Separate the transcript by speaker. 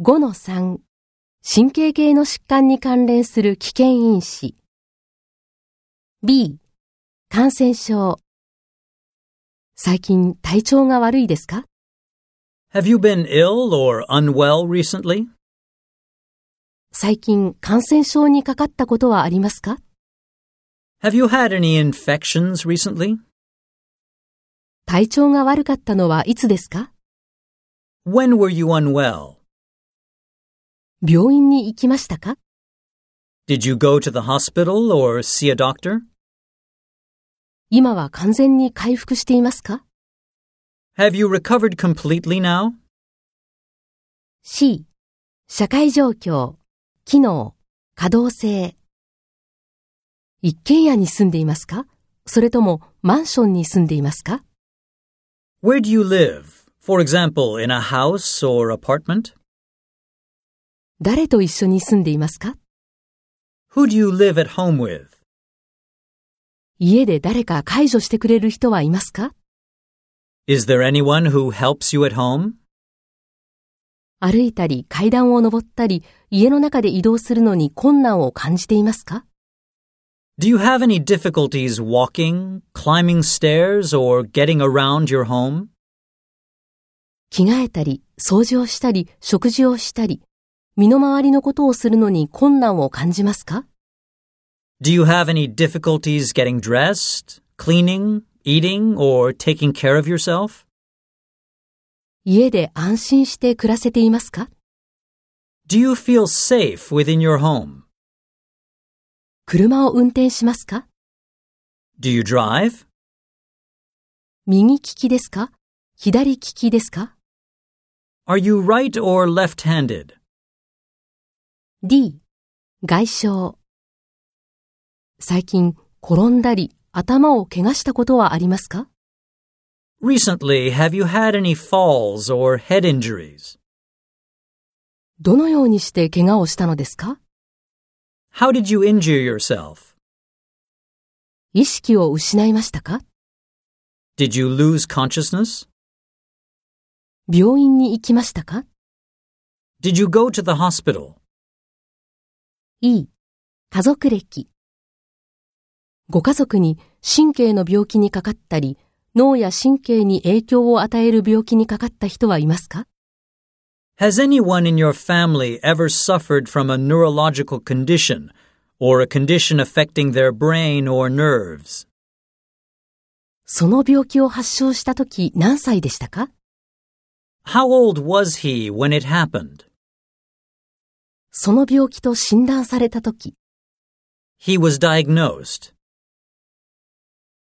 Speaker 1: 5-3神経系の疾患に関連する危険因子 B 感染症最近体調が悪いですか
Speaker 2: Have you been ill or unwell recently?
Speaker 1: 最近感染症にかかったことはありますか
Speaker 2: Have you had any infections recently?
Speaker 1: 体調が悪かったのはいつですか
Speaker 2: When were you unwell?
Speaker 1: 病院に行きましたか
Speaker 2: Did you go to the hospital or see a doctor?
Speaker 1: 今は完全に回復していますか
Speaker 2: Have you recovered completely now?
Speaker 1: C 社会状況機能可動性一軒家に住んでいますかそれともマンションに住んでいますか
Speaker 2: Where do you live? For example, in a house or apartment?
Speaker 1: 誰と一緒に住んでいますか
Speaker 2: Who do you live at home with?
Speaker 1: 家で誰か介助してくれる人はいますか
Speaker 2: Is there anyone who helps you at home?
Speaker 1: 歩いたり階段を登ったり家の中で移動するのに困難を感じていますか
Speaker 2: Do you have any difficulties walking, climbing stairs, or getting around your home?
Speaker 1: 着替えたり掃除をしたり食事をしたり身の回りのことをするのに困難を感じますか
Speaker 2: Do you have any difficulties getting dressed, cleaning, eating, or taking care of yourself?
Speaker 1: 家で安心して暮らせていますか
Speaker 2: Do you feel safe within your home?
Speaker 1: 車を運転しますか
Speaker 2: Do you drive?
Speaker 1: 右利きですか左利きですか
Speaker 2: Are you right or left handed?
Speaker 1: D 外傷最近転んだり頭を怪我したことはありますか
Speaker 2: Recently, have you had any falls or head injuries?
Speaker 1: どのようにして怪我をしたのですか
Speaker 2: How did you injure yourself?
Speaker 1: 意識を失いましたか
Speaker 2: Did you lose consciousness?
Speaker 1: 病院に行きましたか
Speaker 2: Did you go to the hospital?
Speaker 1: E 家族歴ご家族に神経の病気にかかったり脳や神経に影響を与える病気にかかった人はいますか
Speaker 2: Has anyone in your family ever suffered from a neurological condition or a condition affecting their brain or nerves?
Speaker 1: その病気を発症した時何歳でしたか
Speaker 2: How old was he when it happened?
Speaker 1: その病気と診断された時
Speaker 2: He was diagnosed.